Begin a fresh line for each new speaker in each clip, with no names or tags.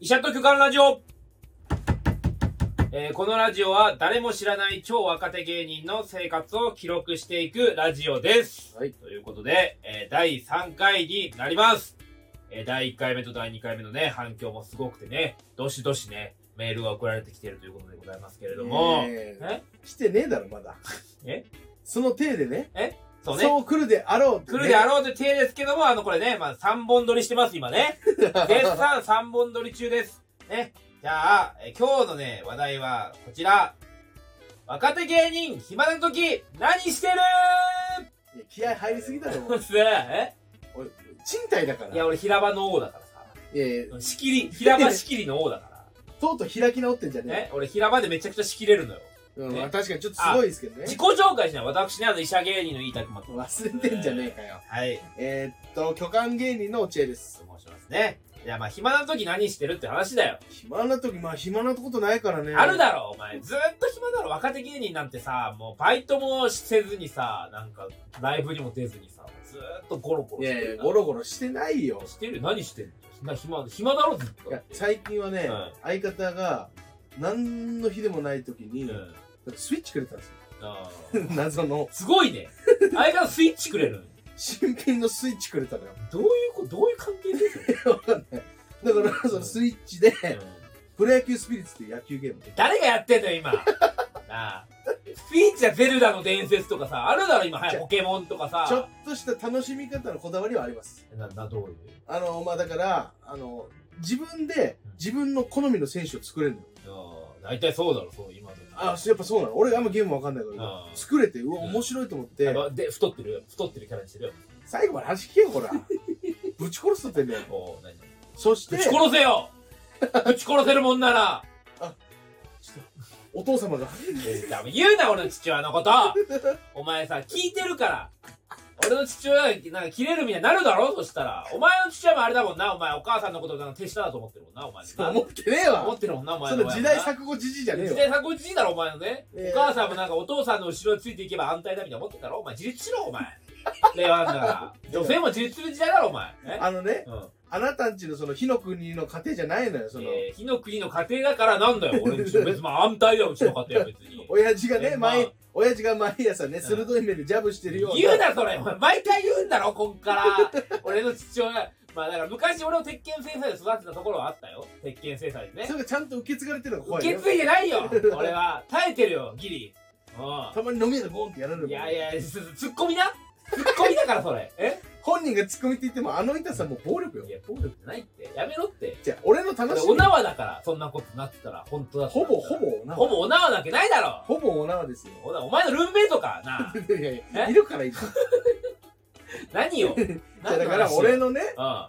医者と巨漢ラジオ、えーこのラジオは誰も知らない超若手芸人の生活を記録していくラジオです。
はい
ということで、えー第3回になります。えー第1回目と第2回目のね、反響もすごくてね、どしどしね、メールが送られてきてるということでございますけれども、
え
え
来てねえだろまだ
え
その手でね
そうね。
来るであろうってね
来るであろうという手ですけども、あの、これね、まあ、3本撮りしてます、今 ね。絶賛3本撮り中です。ね。じゃあ、え今日のね、話題はこちら。若手芸人、暇な時、何してる
いや気合入りすぎだろ も
そう
う
っすね。
俺賃貸だから
えいや、俺、平場の王だからさ。
いやいや
仕切り、平場仕切りの王だか
とうとう開き直ってんじゃ
ら。
ね
ね。俺、平場でめちゃくちゃ仕切れるのよ。
えうん
ね
まあ確かにちょっとすごいですけどね
自己紹介しない。私ね、あの、医者芸人の飯田くまと。
忘れてんじゃねえかよ
はい。
えーっと巨漢芸人の落合です
と申しますね。いや、まあ、暇な時何してるって話だよ。
暇な時まあ暇なことないからね
あるだろ、お前。ずーっと暇だろ。若手芸人なんてさ、もうバイトもせずにさ、なんか、ライブにも出ずにさ、ずーっとゴロゴロ
い
して
やい
る
や
な。
ゴロゴロしてないよ
してる何してんの暇、暇だろ、ずっと。
いや最近はね
うん
相方が何の日でもない時に
うん
スイッチくれたんですよ
あー
謎の
すごいね。相方スイッチくれるの
新品のスイッチくれたのよ
どういうこ、どういう関係で
だからそのスイッチで
うん
プロ野球スピリッツっていう野球ゲーム
誰がやってんのよ、今。な あ。スイッチはゼルダの伝説とかさ、あるだろ、今。は
ち
い、
ょ
ポケモンとか
ちょっ
さ。
とした楽しみ方のこだわりはあります
な、な、どういう。
あのまあだからあの自分で自分の好みの選手を作れるのよ
うん大体そうだろ、そう、今の。
あやっぱそうなの俺あんまゲームわかんないから
うん
作れてうわ面白いと思って
あで太ってる太ってるキャラにしてるよ
最後まで話聞けよほら ぶち殺すとってんだよ
おう何
そして
ぶち殺せよぶち殺せるもんなら
お父様 が
ダメ言うな俺の父親のことお前さ聞いてるから俺の父親がなんか切れるみたいになるだろそしたらお前の父親もあれだもんなお前お母さんのことなんか手下だと思ってるもんなお前な
思ってねえ
思
わ
ってるもんなお前
そ
の
の
親
時
もな
代錯誤じじいじゃねえ
時
よ
代錯誤じいだろお前のね、
ええ
お母さんもなんかお父さんの後ろついていけば安泰だみたいな思ってたろお前自立しろお前令和なんだから女性も自立する時代だろお前え
あのね
うん
あなたんちのその火の国の家庭じゃないのよその
えー火の国の家庭だからなんだ よ、俺んちの別に安泰だよ、うちの家庭は別に。
親父が
え
ね
まあ
毎親父が毎朝ね
ん
鋭い目でジャブしてるような
言うな、それお前毎回言うんだろ、こっから俺の父親。まあだから昔俺を鉄拳制裁で育てたところはあったよ。鉄拳制裁でね
そ。れがちゃんと受け継がれてるのが怖
受
いね
け継いでないよ、俺は。耐えてるよ、ギリ。う
たまに飲み屋でボンってやられる
ん。いやい
や
や、すツッコミなツッコミだから、それ。え
本人が突っ込みって言ってもあの痛さもう暴力よ
いや、暴力じゃないって。やめろって。
じゃあ俺の楽し
お
み
縄だから、そんなことなってたら、本当だって
ほ
なった
ぼ
ら
ほぼお縄
ほぼお縄なわけないだろ。
ほぼお縄ですよ
お縄お前のルンベイトか、なあ。
いやいや
え
いるからいるか
何 よ。
ら
何
だ
の話
から俺のね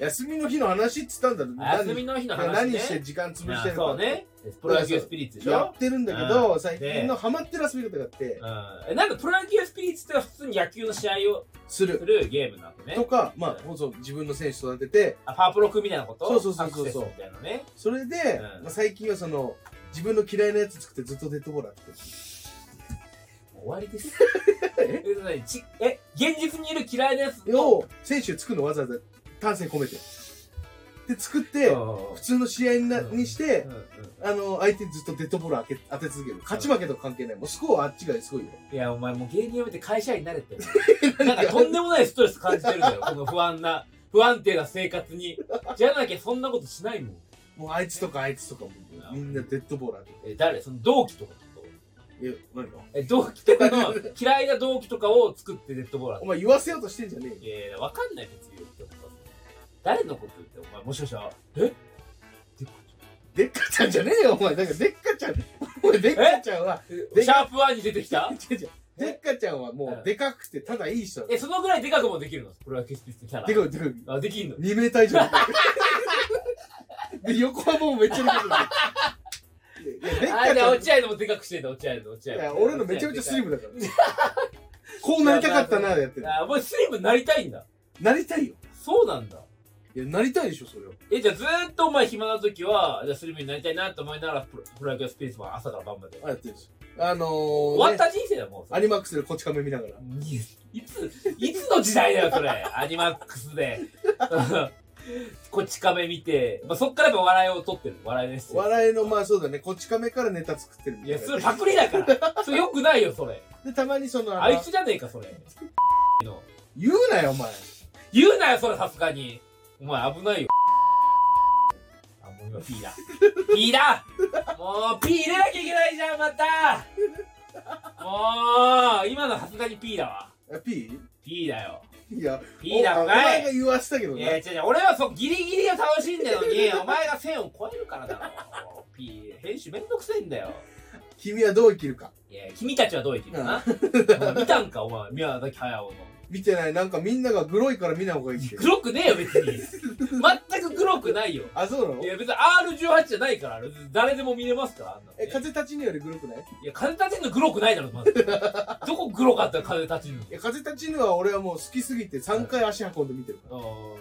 う
休みの日の話っつったんだろ
ん。休みの日の話、ね。
何して時間潰してる
まあそ
か
うね。プロ野球スピリッツでしょ
やってるんだけど
うん
最近のハマってる遊び方があって
うん。えなんかプロ野球スピリッツってのは普通に野球の試合を
す
す
る
るゲームなわけ
と
ね。
かまあそう自分の選手育てて
あパープロクみたいなこと
そうそうそうそう
アクセスみたいなね。
それで
うん
まあ最近はその自分の嫌いなやつ作ってずっとデッドボールやってる
もう終わりです。
え
え何 ちえ、現実にいる嫌いなやつの
を選手作るのわざわざ丹精込めてで作って
うん
普通の試合にな
うん
にして
うんうん
あの相手にずっとデッドボール当て当て続ける勝ち負けとか関係ないもうスコアはあっちがすごいよ
いや、お前もう芸人辞めて会社員になれ って。なんかとんでもないストレス感じてるだよ。この不安な、不安定な生活に。じゃなきゃそんなことしないもん。
もうあいつとかあいつとかもみんなデッドボール当て
え、誰その同期とかってこと
てえ何が
え同期とか の嫌いな同期とかを作ってデッドボーラー
お前言わせようとしてんじゃねえよ
いやいやわかんない別に言っても誰のこと言ってお前もしかしたらえ
でっかちゃんじゃねえよお前なんかでっかちゃんお前でっかちゃんは
シャープワンに出てきた
違う違うでっかちゃんはもうでかくてただいい人だ
えそのぐらいでかくもできるのプロ野球スピッツキャラ
でかいでかい
あできんの
2メーター以上で横幅もめっちゃでかいいやでっ
あ
かち
じゃ
ゃ
あ落合
ん
のもでかくしてんだ落合の落合
い
の
や俺のめちゃめちゃスリ
ム
ムだからこうなりたかったなやってる
あお前スリムになりたいんだ
なりたいよ
そうなんだ
いやなりたいでしょそれは
えじゃあずーっとお前暇な時はじゃあスリムになりたいなと思いながらプロプロ野球スピッツも朝から晩まで
あやってるんですよあのー、
終わっ
ね
た人生だよもうそれ
アニマックスでこち亀見ながら
いつ、いつの時代だよ、それ。アニマックスで。 こち亀見て、まあ、そっからやっぱ笑いを取ってる。笑いですよ。
笑いの、まあそうだね、こち亀からネタ作ってるみ
い
た
や、
いな。
それパクリだから。それ良くないよ、それ。
で、たまにその、の
あいつじゃねえか、それ。の
言うなよ、お前。
言うなよ、それ、さすがに。お前、危ないよ。あ、もう今、ピーだ。ピーだもう、ピー入れなきゃいけないじゃん、またもう、今のさすがにピーだわ。
あ P?
ピーだよ。
いや、
ピーだよ、
おお
お前
前が言わせたけど
い
な。
や違う違う俺はそうギリギリを楽しんでるのに お前が線を超えるからだろピー編集めんどくせえんだよ
君はどう生きるか。
いや君たちはどう生きるかな、お前見たんかお前宮崎駿の
見てない、なんかみんながグロいから見ない方がいいって。
黒くねえよ別に全く黒くないよ
あ、そうなの
いや別に R18 じゃないからあれ誰でも見れますからあんなのね
え、風立ちぬよりグロくないい
いや風立ちぬ黒くないだろまずどこ黒かったら風立ちぬ
や、風立ちぬは俺はもう好きすぎて3回足運んで見てるか
あ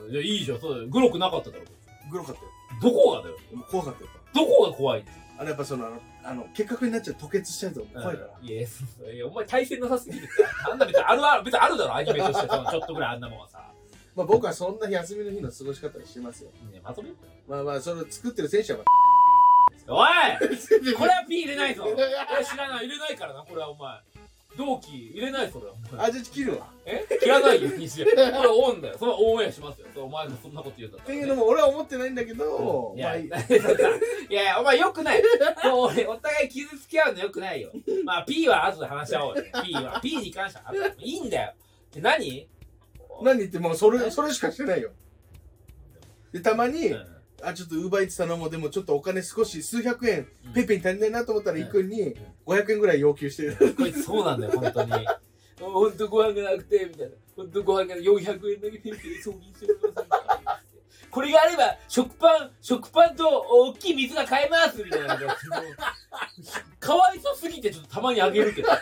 ーいやいいじゃんそうだよ黒くなかっただろ
ら。グロかったよ。
どこがだよ
もう怖かったよ。
どこが怖いんだよ
あれやっぱその、あの、あの結核になっちゃう吐血しちゃうと怖いから。
いや、そういやお前対戦なさすぎるから。あんな別にあるある、別にあるだろ、アニメとして。 そのちょっとぐらいあんなもんはさ。
まあ僕はそんな休みの日の過ごし方にしてますよ。
ねえまとめよ
まあまあ、その作ってる選手は、
おいこれは P 入れないぞ。いや、知らない。入れないからな、これはお前。同期入れない、それは。お前
あ、じゃあ切るわ。
え切らないよ、禁止。これオンだよ。それはオンエアしますよ。それお前がそんなこと言うんだっ
ったて
ら
い
ね、
うのも俺は思ってないんだけど、
い
まあ
や、い やいや、お前よくない。もう俺、お互い傷つけ合うのよくないよ。まあ、P は後で話し合おうよ。P は、P に関しては後で、いいんだよ。で何
何言ってもうそれ、それしかしてないよ。で、たまに、
うん
あ、ちょっとウーバーイーツ頼もう。でもちょっとお金少し、数百円
うん、
ペイペイに足りないなと思ったら、
うん
いくんに
ん、
500円ぐらい要求してる。
こいつそうなんだよ、本当に。本当ご飯がなくて、みたいな。本当ご飯が400円だけペンペン送金してくださいみたいな。これがあれば、食パン、食パンと大きい水が買えますみたいな。かわいそうすぎて、ちょっとたまにあげるけどさ。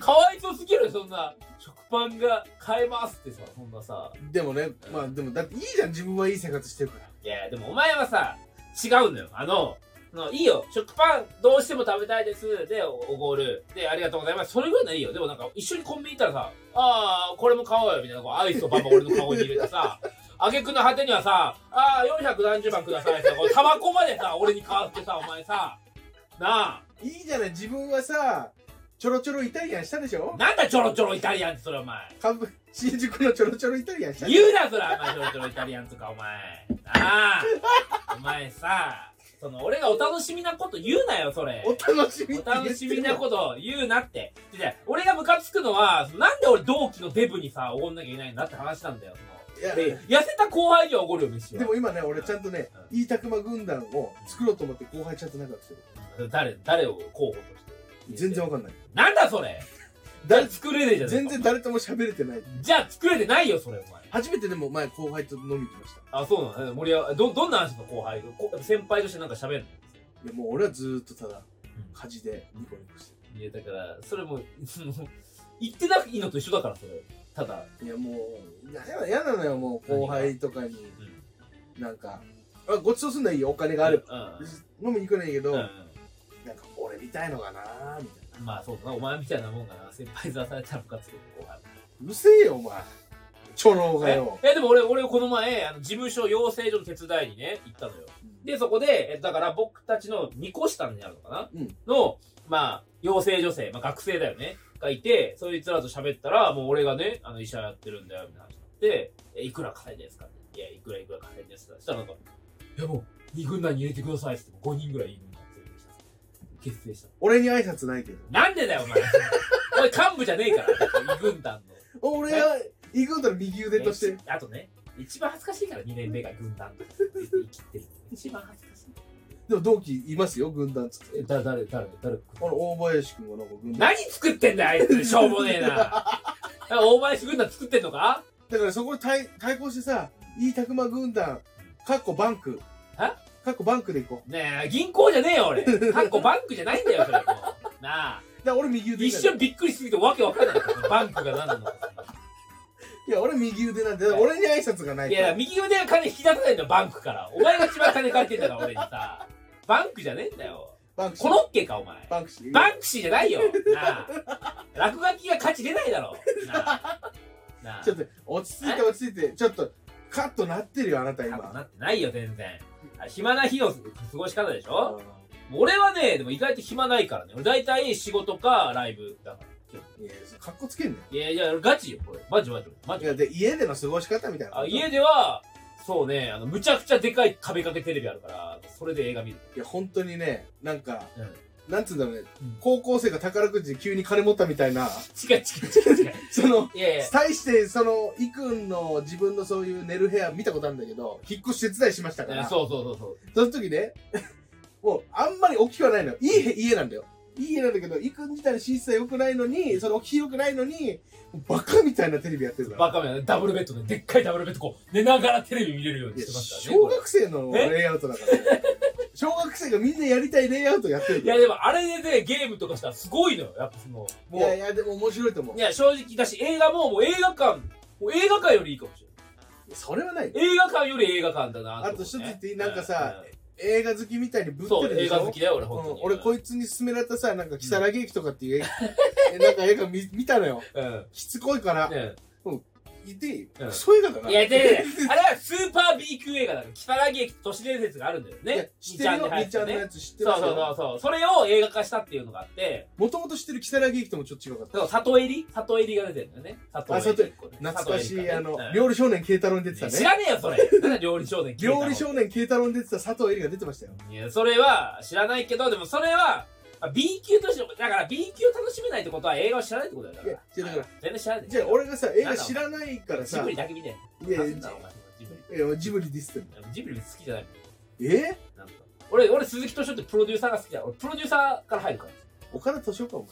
かわいそうすぎるよ、そんな。食パンが買えますってさ、そんなさ。
でもね、まあでも、だっていいじゃん、自分はいい生活してるから。
いや、でもお前はさ、違うのよ。あの、そのいいよ、食パンどうしても食べたいです。で、おおごる。で、ありがとうございます。それぐらいならいいよ。でもなんか、一緒にコンビニ行ったらさ、ああ、これも買おうよ、みたいな、こう、アイスをバンバン俺の顔に入れてさ、あげくの果てにはさ、ああ、470番くださいって、こうタバコまでさ、俺に買わってさ、お前さ、なあ、
いいじゃない、自分はさ、ちょろちょろイタリアンしたでしょ
なんだちょろちょろイタリアンってそれお前。
幹部新宿のちょろちょろイタリアンしたでしょ
言うなそれお前ちょろちょろイタリアンとかお前なあお前さその俺がお楽しみなこと言うなよそれ
お楽しみって
お
言ってる
楽しみなこと言うなってでで俺がムカつくのはなんで俺同期のデブにさおごんなきゃいけないんだって話なんだよ
いや
そので痩せた後輩にはおごるよ飯
で
は
も今ね、俺ちゃんとね、
う
飯田熊軍団を作ろうと思って後輩ちゃんと仲良くしてる。
誰誰を候補として
全然わかんない。
なんだそれ
誰
作れねえじゃん
全然誰とも喋れてない。
じゃあ作れてないよそれお前
初めてでも前後輩と飲み行きました。
あそうなの森はどどんな話の後輩こ先輩としてなんか喋るの
いやもう俺はずーっとただ、家事でニコニコして
いや、だから、それも、 その言ってなくていいのと一緒だから、それ。ただ、
る。いやもう、やだやなのよ、もう後輩とかに、なんか、あごちそうすんのはいいよ、お金がある。
う
飲みに行くないけど、
ん。う
なん
ん。
か俺みたいのかなーみたいな。
まあ、そうだな。お前みたいなもんがな、先輩座されたらムカつくよ後輩
うるせえよ、お前。ちょろうがよ。
え、えでも俺、俺、この前、あの、事務所養成所の手伝いにね、行ったのよ。で、そこで、えだから僕たちの2個下になるのかな、
うん
の、まあ、養成女性、まあ学生だよね、がいて、そいつらと喋ったら、もう俺がね、あの、医者やってるんだよ、みたいな話になって、え、いくら稼いでるんですかって。いや、いくらいくら稼いでるんですかそしたらなんか、いやもう、2軍団に入れてくださいって言って、5人ぐらいいるんだ連れてきた結成した。
俺に挨拶ないけど。
なんでだよ、お前。 お前、幹部じゃねえから、2軍団の。
俺は、行くんだら右腕として
ね。あとね、一番恥ずかしいから2年目が軍団とか言って生きてる。一番恥ずかしい。
でも同期いますよ、軍団作って。
え、だ、誰、誰、誰
あの、大林くんがなんか軍団。
何作ってんだよ、あいつ。しょうもねえな。なん か大林軍団作ってんのか
だからそこに対対抗してさ、飯田熊軍団、かっこバンク。
え
かっこバンクで行こ
ねえ、銀行じゃねえよ、俺。かっこバンクじゃないんだよ、それもう。 なあ。
う。だから俺右腕
一
なんだよ
瞬びっくりしすぎてわけわかんなかった。バンクが何なのか。
いや、俺右腕なんだよ。だから俺に挨拶がない
い
から。
や、右腕が金引き出せないんだよ、バンクから。お前が一番金借りてんだから、俺にさ。バンクじゃねえんだよ。
バンクシ
コ
ー。
ロッケか、お前。
バンクシー。
バンクシーじゃないよ。なあ。落書きが価値出ないだろ。なあ。なあ
ちょ。っと、落ち着いて落ち着いて。ちょっと、カッとなってるよあなた
多分
今
なってないよ、全然。あ暇な日の過ごし方でし
あ
ょ俺はね、でも意外と暇ないからね。俺大体仕事かライブだから。
ーいやかっこつけんだよ
いやいや、ガチよ、これ。マジマジマ
い
ジ。
やで家での過ごし方みたいな
あ家では、そうね、あの、むちゃくちゃでかい壁掛けテレビあるから、それで映画見る。
いや本当にねなんか、なんつうんだろうね、
うん
高校生が宝くじで急に金持ったみた いな
違う違う違う違う。
その
いやいや、
大してそのいくんの自分のそういう寝る部屋見たことあるんだけど引っ越し手伝いしましたから
そうそうそうそう。
その時ね、 もうあんまり大きくはないのよ。いいへ家なんだよ。いい家なんだけど、いくん自体の寝室は良くないのに、その大きい良くないのに、バカみたいなテレビやってるか
バ
ら。
カめな、ダブルベッドで、でっかいダブルベッド、こう、寝ながらテレビ見れるよう
い
に
や
してますからね。
小
これ
学生のレイアウトだ から。小学生がみんなやりたいレイアウトやってる
い
から
や、でも、あれでね、ゲームとかしたらすごいのよ。やっぱその、もう、
いやいや、でも面白いと思う
い。や、正直だし、映画も、もう映画館、もう映画館よりいいかもし
それはない。
れない。映画館より映画館だな
あと一つ言っていいなんかさ、映画好きみたいにぶって
そう、
るで
映
し
画
ょ
好きだよ、俺、本当
うん
に。、
俺こ
い
いつに勧められたさ、なんか、如月駅とかっていう映画、なんか映画見見たのよ。
うん。ね
しつこいから、言っていい
うん
クソ映画だな。
いや、で、 であれはスーパー B 級映画だから、キサラ劇都市伝説があるんだよ
いや
ね。
知ってるよ、
二
みち
ちゃ
ゃ
ん
ん
で入っ
のや
て
つ知っ
た
て
ね。
ま
そうそう
す
そう
よ。
そう。それを映画化したっていうのがあって、
もともと知ってる木更木駅ともちょっと違か
だ
っ
から里襟里襟が出てるんだよね。里
あ里襟
こうね
た。懐かし
里襟
い、
ね
あの
う、ん
料理少年慶太郎に出てた
知
ね。
らねえよ、それ。なんだ料理少年。
料理少年慶太郎に出てた佐藤絵里が出てましたよ。
いや、それは知らないけど、でもそれは、まあ B 級として、だから B 級を楽しめないってことは映画を知らないってことだよ。だから
いや違うだから
全然知らない。
じゃあ、俺がさ、映画知らないから
ジ
さ
ブリ、だけ見て。
いや
なんだろうお前ジブ
いやジブリディスってんの
リ。ジブリ好きじゃない。
え
なんか俺、俺、鈴木敏夫ってプロデューサーが好きだ。俺、プロデューサーから入るから。
岡田敏夫か、お前。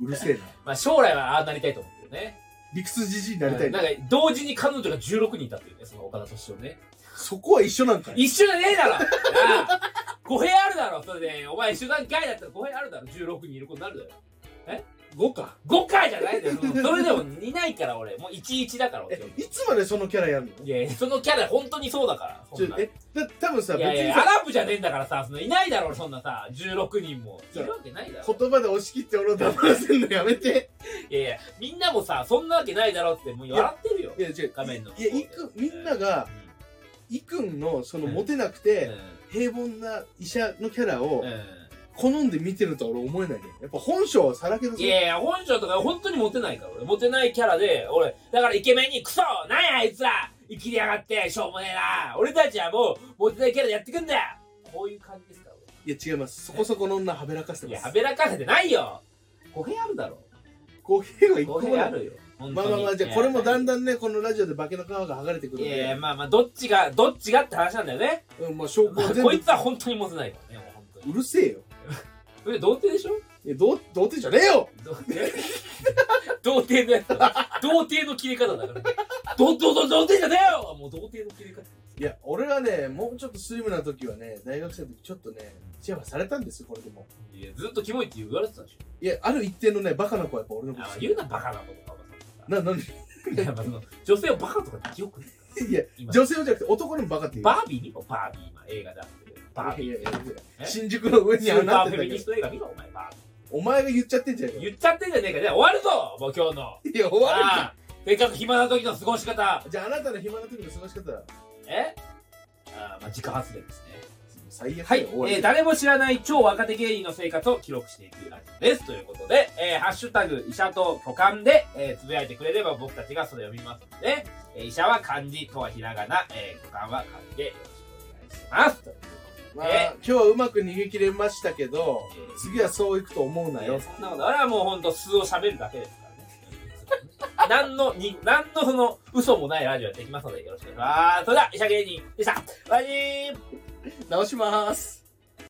うるせえな。
まあ、将来はああなりたいと思ってるね。
理屈じじいになりたい
な。
なん
か、同時に彼女が16人いたっていうね、その岡田敏夫ね。
そこは一緒なんかい。
一緒じゃねえだろなあ語弊あるだろそれでお前手段外だったら語弊あるだろ16人いる子になるだろえ5か5回じゃないんだよそれでもいないから俺もう11だから俺
え、いつまでそのキャラやるの
いやいやそのキャラ本当にそうだからそ
ち
ん
ょ
な
え、だ多分さ、
い
別
やい
に
やア
さ、
ラブじゃねえんだからさそのいないだろそんなさ16人もいるわけないだろ
言葉で押し切って俺を黙らせるのやめて。
いやいやみんなもさそんなわけないだろってもう笑ってるよ
いや、違う。
画面の
いや、いく、みんなが、いくんの、その、モテなくて、平凡な医者のキャラを
うんうん
好んで見てるとは俺思えないね。やっぱ本性はさらけ 出
い
す。
やいや、本性とか本当にモテないから、俺。モテないキャラで、俺、だからイケメンに、クソなんやあいつら生きりやがって、しょうもねえな俺たちはもう、モテないキャラでやってくんだよこういう感じですから、
いや、違います。そこそこの女はべらかして
俺。い
ま
や、は
す。
べらかせてないよ語弊あるだろ
語弊は一個
語
も
弊
な
あ
い。
るよ。本当
まあ
に
まあまあ、じゃあこれもだん
だ
だんね、このラジオで化けの皮が剥がれてく
い
るん
やいや、
で、
まあまあ、どっちが、どっちがって話なんだよね。
うん、もう証拠
まあ
は全
こい
部、
つは本当にモテないからね、もう本当に。
うるせえよ。
それ童貞でしょ
いや、どう、童貞じゃねえよ
童 貞童貞のやつだ童貞の切れ方だから。ど、ど、ど、童貞じゃねえよもう童貞の切れ方。
いや、俺はね、もうちょっとスリムな時はね、大学生の時ちょっとね、チヤホヤされたんですよ、これでも。
いや、ずっとキモいって言われてたでしょ。
いや、ある一定のね、バカな子はやっぱ俺のこと
あ
好き
言うな、バカなことか。
な、なんで、
いやま あその女性をバカとかってよくない
いや、
今
女性をじゃなくて男にもバカって言う。
バービー見ろ、バービー今、映画だってる。バービ
いやいやい
え
や新宿の上
ー。ス
にあ
ーパ
な
ー
っ
フ
て
ェミ
たけど
ニスト映画見ろ、お前、バー
お前が言っちゃってんじゃん
ビー。
よ。
言っちゃってんじゃねえか。じゃあ終わるぞ、もう今日の。
いや、終わるか。
ああせっかく暇な時の過ごし方。
じゃあ、あなたの暇な時の過ごし方は、
えああ、まあ、自家発電ですね。
最悪
は
だ
い、
よ終わ
えー
りだよ
誰も知らない超若手芸人の生活を記録していくラジオです。ということで、えーハッシュタグ、医者と巨漢で、えーつぶやいてくれれば僕たちがそれを見ますので、えー医者は漢字、とはひらがな、えー、巨漢は漢字でよろしくお願いします。ということ
ま
で、
あ、今日はうまく逃げ切れましたけど
えー、
次はそういくと思うな
えー。
よ
そんなこと、あれはもうほんと素を喋るだけですからね。 何の、に、何のその、嘘もないラジオやっていきますので、よろしくお願いします。それでは、医者芸人でした。バイバイ
直します。